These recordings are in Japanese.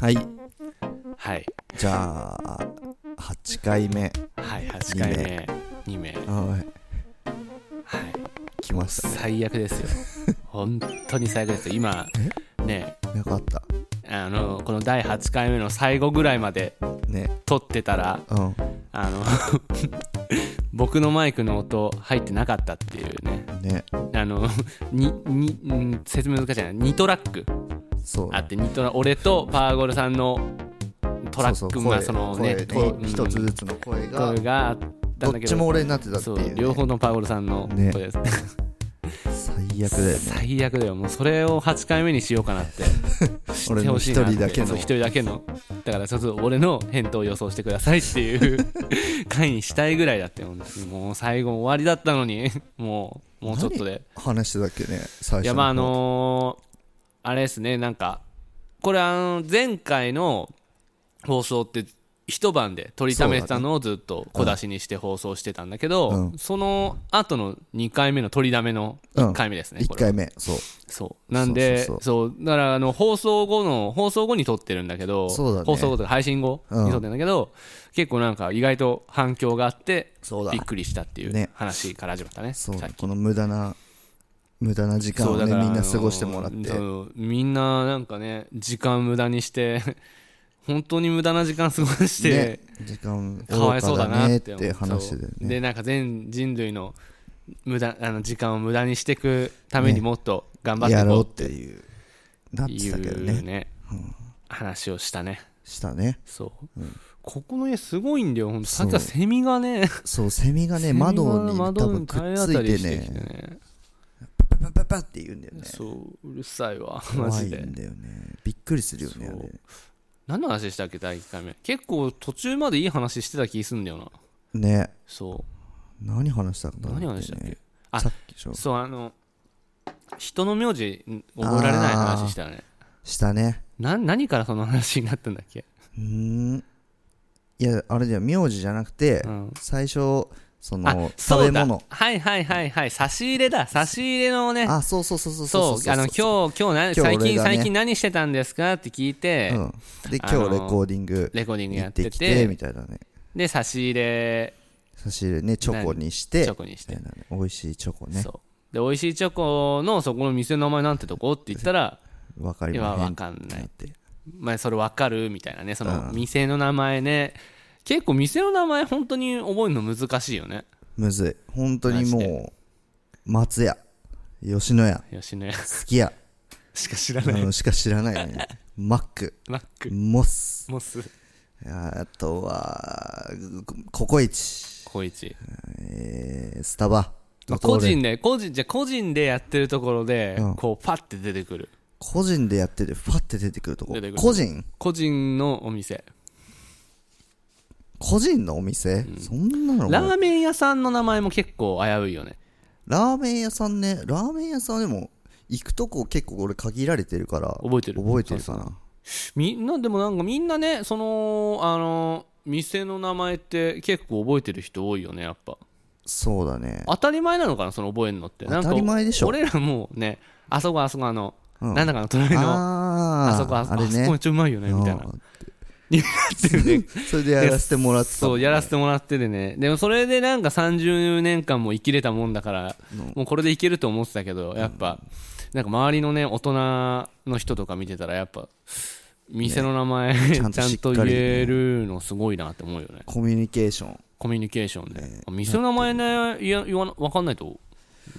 はいはいじゃあ8回目はい8回目2名はいはい来ましたね最悪です よ本当に最悪ですよ今ねよかったあのこの第8回目の最後ぐらいまでね撮ってたらうんあの 僕のマイクの音入ってなかったっていうねねあの ににうん説明難しいな2トラックそうあって2トラ俺とパーゴルさんのトラそうッそクうまあ声そのね声とうねん一つずつの声が声があったどんっだけちども俺になってたっていそううね両方のパーゴルさんのね声です最悪だよね最悪だよもうそれを8回目にしようかなって知ってほしいなって俺の一人だけのそう一人だけのだからそうそう俺の返答を予想してくださいっていう 回にしたいぐらいだって本当にもう最後終わりだったのにもうもうちょっとで話してたっけね最初いやまああのーあれですねなんかこれあの前回の放送って一晩で取りためてたのをずっと小出しにして放送してたんだけど、うんその後の2回目の取りだめの1回目ですね、 1これは回目そうそうなんでそそううだからあの放送後の放送後に撮ってるんだけどそうだね放送後とか配信後うんに撮ってるんだけど、結構なんか意外と反響があってそうだびっくりしたっていねう話から始まったねそうさだっきこの無駄な無駄な時間そをうだねからみんな過ごしてもらっあのてそうみんななんかね時間無駄にして 本当に無駄な時間過ごして、ね時間かわいそうだなねっって思て話だよそうねでなんか全人類の無駄あの時間を無駄にしていくためにもっと頑張っていやろこううっってていうなっいてたけどうねね話をしたねしたねそう、ここの家すごいんだよほんとさっきはそセミがねそうセミがねセミが窓に多窓分くっつ体当たりいてしてきねてパパパパって言うんだよねそううるさいわマ怖いジんでだよねびっくりするよねあそれう何の話したっけ第1回目結構途中までいい話してた気すんだよなねそ何話したんうだろう何ね話したっけあさっきでしょそうあの人の名字覚えられない話したよねしたねな何からその話になったんだっけ、うーんいやあれだよ名字じゃなくてうん、最初そのあそ食べうだ物はいはいはいはい差し入れだ差し入れのねあそうそうそうそうそうあの今日今日な今日俺最がね近、最近何してたんですかって聞いて、うんで今あ日レのコーディングレコーディング行やっってててきてみたいなねで差し入れ差し入れねチョコにしチてョコにして、みたいなね美味しいチョコねそうで美味しいチョコのそこの店の名前なんてとこって言ったらわかり今ませんわってかんなないってまあ、それわかるみたいなねそのうん店の名前ね結構店の名前本当に覚えるの難しいよねむずい本当にマジもう松屋吉野家吉野家 すき家しか知らあないのしか知らないよ ねマックマックモスモスあとはココイチ、高一、えースタバまドあ、ト個ーレ人で個人じゃあ個人でやってるところで、うんこうパッて出てくる個人でやっててファって出てくるとこ出てくる個人個人のお店個人のお店、そんなのラーメン屋さんの名前も結構危ういよねラーメン屋さんねラーメン屋さんでも行くとこ結構俺限られてるから覚えてる覚えてるかそうなみんなでもなんかみんなねそのあの店の名前って結構覚えてる人多いよねやっぱそうだね当たり前なのかなその覚えるのってなんか当たり前でしょ俺らもうねあそこあそこあの、うんなんだかの隣のああーそこあそこああれそこめっねちゃうまいよねみたいなうんっていうね それでやらせてもらってたそもうんやらせてもらっててねでもそれでなんか30年間も生きれたもんだから、もうこれでいけると思ってたけどやっぱ、なんか周りのね大人の人とか見てたらやっぱ店の名前、ちち ゃゃんんとしっかとり言えるのすごいなって思うよねコミュニケーションコミュニケーションで、店の名前ねいや言わな分かんないと、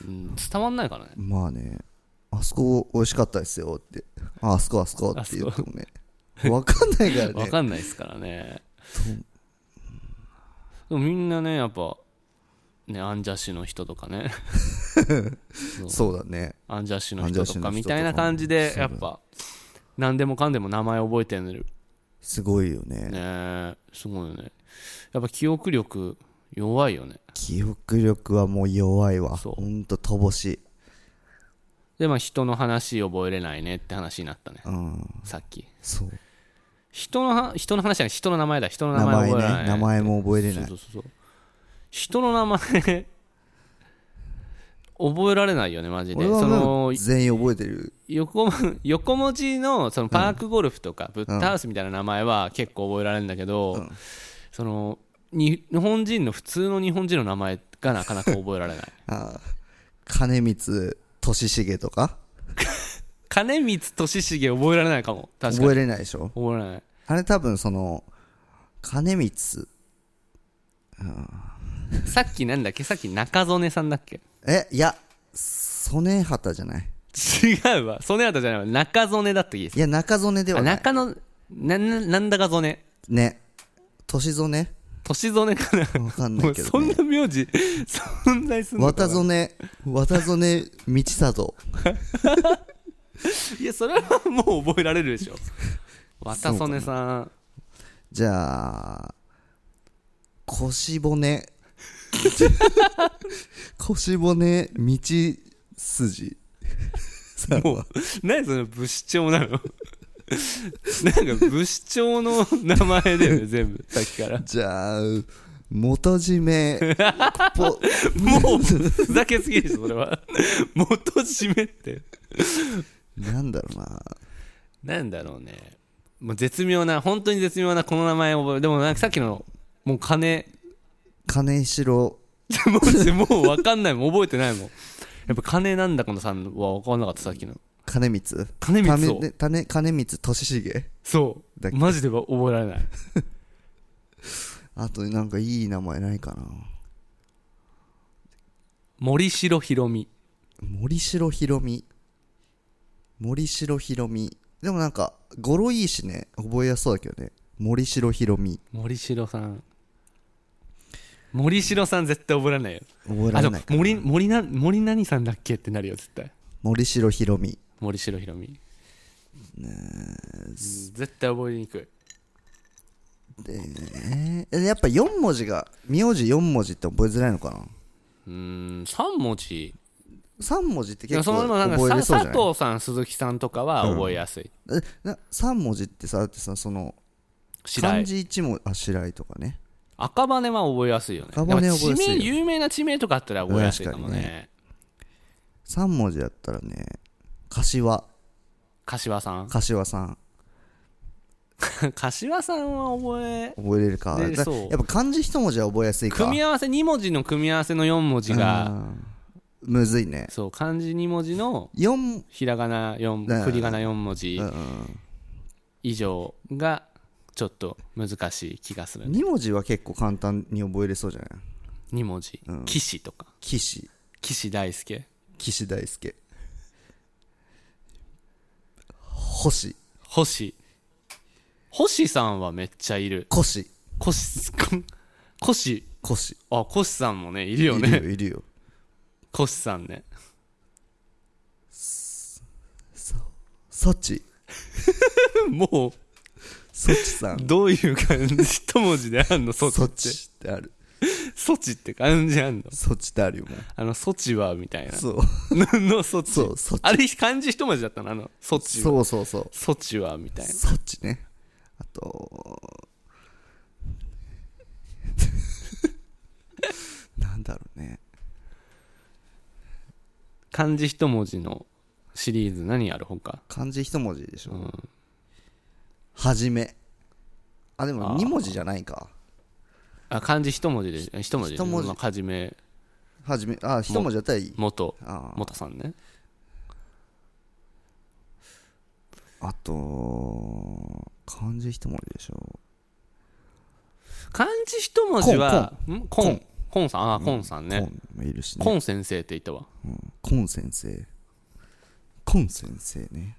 うん伝わんないからねまあねあそこ美味しかったですよってああそこあそこって言ってもね分かんないから わねかんないですからねでもみんなねやっぱねアンジャッシュの人とかねそうだねアンジャッシュのアンジャ人とかッシュの人とかもみたいな感じでやっぱ何でもかんでも名前覚えてるすごいよねねすごいよねやっぱ記憶力弱いよね記憶力はもう弱いわそうほんと乏しいでまあ人の話覚えれないねって話になったねうんさっきそう人のは人の話じゃない人の名前だ人の名名前前覚えられなねい名前も覚えれそうない そうそうそう人の名前覚えられないよねマジで俺はそものう全員覚えてる横も 横文字のそのパークゴルフとかブッダハウスみたいな名前は結構覚えられるんだけど、うんそのに日本人の普通の日本人の名前がなかなか覚えられない あ金光俊重とか金光俊重覚えられないかも確かに覚えれないでしょ覚えられないあれ多分その金光さっきなんだっけさっき中曽根さんだっけえいや曽根畑じゃない違うわ曽根畑じゃないわ中曽根だった気がすいや中曽根でるはあない中のなななんだか曽根ね年曽根年曽根かなわかんなもいうけど、ね、そんな名字 存在するの渡かな曽根渡曽根道里いやそれはもう覚えられるで しょ渡曽根さんじゃあ腰 骨腰骨道筋さんもはう何その武士長なの なんか武士長の名前だ よね全部さっきからじゃあ元締め ぽもうふざけすぎでしょそれは 元締めってなんだろうななんだろうねもう絶妙な本当に絶妙なこの名前を覚えでもなんかさっきのもう金金城 もうもう分かんないもん覚えてないもんやっぱ金なんだこのさんは分かんなかったさっきの金光金光たをめたね金光俊重そだっうけマジでは覚えられないあとなんかいい名前ないかな森城ひろみ森城ひろみ森城ひろみでもなんか語呂いいしね覚えやすそうだけどね森城ひろみ森城さん森城さん絶対覚えられないよ覚えらあでれもないか森森な森何さんだっけってなるよ絶対森城ひろみ森城ひろみうん絶対覚えにくいえーやっぱ4文字が名字4文字って覚えづらいのかなうーん3文字3文字ってでも結そ構のなんか覚えれさそうじゃない佐藤さん鈴木さんとかは覚えやすい、えな3文字ってさだってさその白漢井字1文字あ白井とかね赤羽は覚えやすいよね赤羽は覚えやすいよでも地名有名な地名とかあったら覚えやすいかも確かねに3文字だったらね柏柏さ ん柏さん柏さんは覚え覚えれるかでだそうやっぱ漢字1文字は覚えやすいか組み合わせ2文字の組み合わせの4文字がうんむずいねそう漢字2文字の4ひらがなうん4振り仮名4文字以上がちょっと難しい気がする2文字は結構簡単に覚えれそうじゃない2文字岸とか岸岸大輔岸大輔星星星さんはめっちゃいる腰星星腰あ星さんもねいるいよるよねいるよ星さんねそっちもそっちさうんどういう感じ一文字であん のソチそっってちってあるソチって感じあんのそっちってあるよもうあのソチはみたいなそうのソチそうそっあれ漢字一文字だったのあのソちチはそうそうそうソチはみたいなそっちねあと なんだろうね漢字一文字のシリーズ何あるほか漢字一文字でしょ、はじめあでもあー2文字じゃないかあ漢字一文字で一文字で一文字まあはじめはじめあ一文字だったらいい元あ元さんねーあと漢字一文字でしょ漢字一文字はんココンンコンさんあコンさんコねンもいるしコねン先生って言ったわコン先生コン先生ね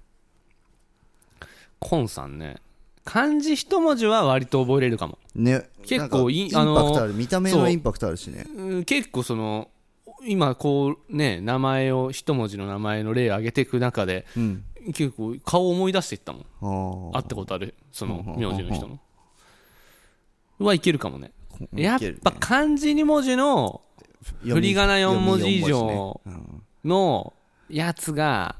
コンさんね漢字一文字は割と覚えれるかもね結構いなんかインパクトあある見た目そのうインパクトあるしねうん結構その今こうね名前を一文字の名前の例を挙げていく中でうん結構顔を思い出していったもんあー会ったことあるそのほうほうほう名字の人のはいけるかもねこんやっいけるねぱ漢字2文字の読み振り仮名4文字以読み四上文字ねのやつが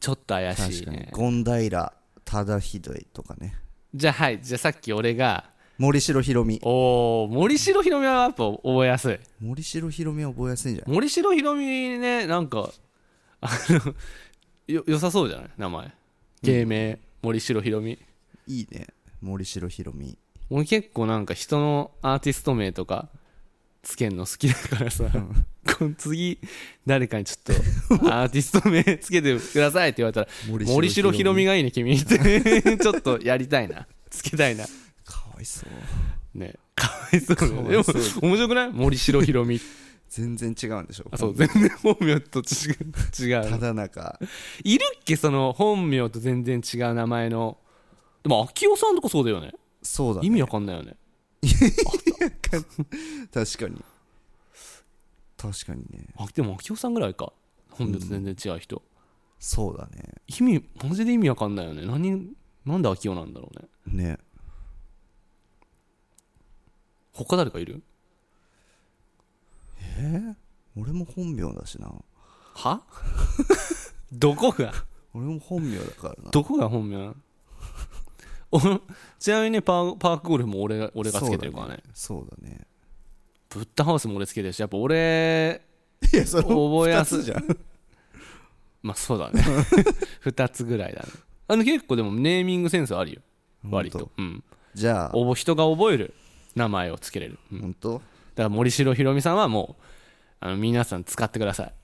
ちょっと怪うんし確いかにね権平忠秀とかねじゃあはいじゃあさっき俺が森城ひろみおお森城ひろみはやっぱ覚えやすい森城ひろみは覚えやすいんじゃない森城ひろみねなんかあのよ良さそうじゃない名前芸名、森城ひろみいいね森城ひろみ俺結構なんか人のアーティスト名とかつけんの好きだからさ、この次誰かにちょ っとアーティスト名つけてくださいって言われたら森森城ひろみがいいね君って ちょっとやりたいなつけたいなかわいそうねかわいそうだねかでわもいそう面白くない森城ひろみ全然違うんでしょあそう全然本名と違う違たうだ中いるっけその本名と全然違う名前のでも秋代さんとかそうだよねそうだ、ね、意味わかんないよね確かに確かにねあでも秋代さんぐらいか本名と全然違う人、そうだね意味マジで意味わかんないよね何なんで秋代なんだろうねね他誰かいる俺も本名だしなはどこが俺も本名だからなどこが本名な のおちなみにねパーパークゴルフも俺が俺がつけてるからねそうだねブッダハウスも俺つけてるしやっぱ俺いやそれ覚えや2すいつじゃんまあそうだね 2つぐらいだねあの結構でもネーミングセンスあるよ割とうんじゃあおぼ人が覚える名前をつけれる、うんだ本当から森城ひろみさんはもうあの皆さん使ってください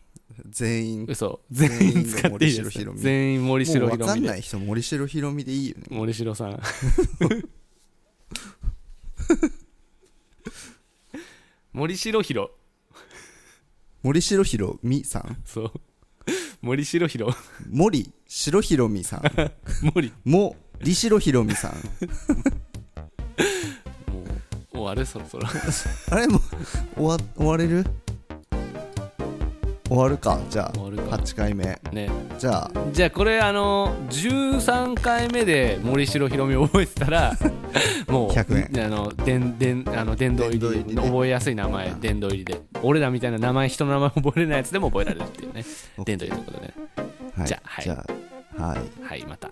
全員嘘全員使っていい全員森城でひろすみ全員森も城うひ分ろかみんでない人森城ひろみでいいよね森城 さん森城ひろ森城ひろみさんそう森城ひろ森城ひろみさん森もりしろひろみ さんもう終わるそろそろあれもう終わ終われる終わるかじゃあ終わるか8回目ねじゃあじゃあこれあの13回目で森城ひろみ覚えてたら もう100あのでんでんあの殿堂入殿堂入りでりね覚えやすい名前殿堂入りで俺らみたいな名前人の名前覚え れないやつでも覚えられるっていうね OK 殿堂入りということでねはいじゃあはいじゃあはいはいまた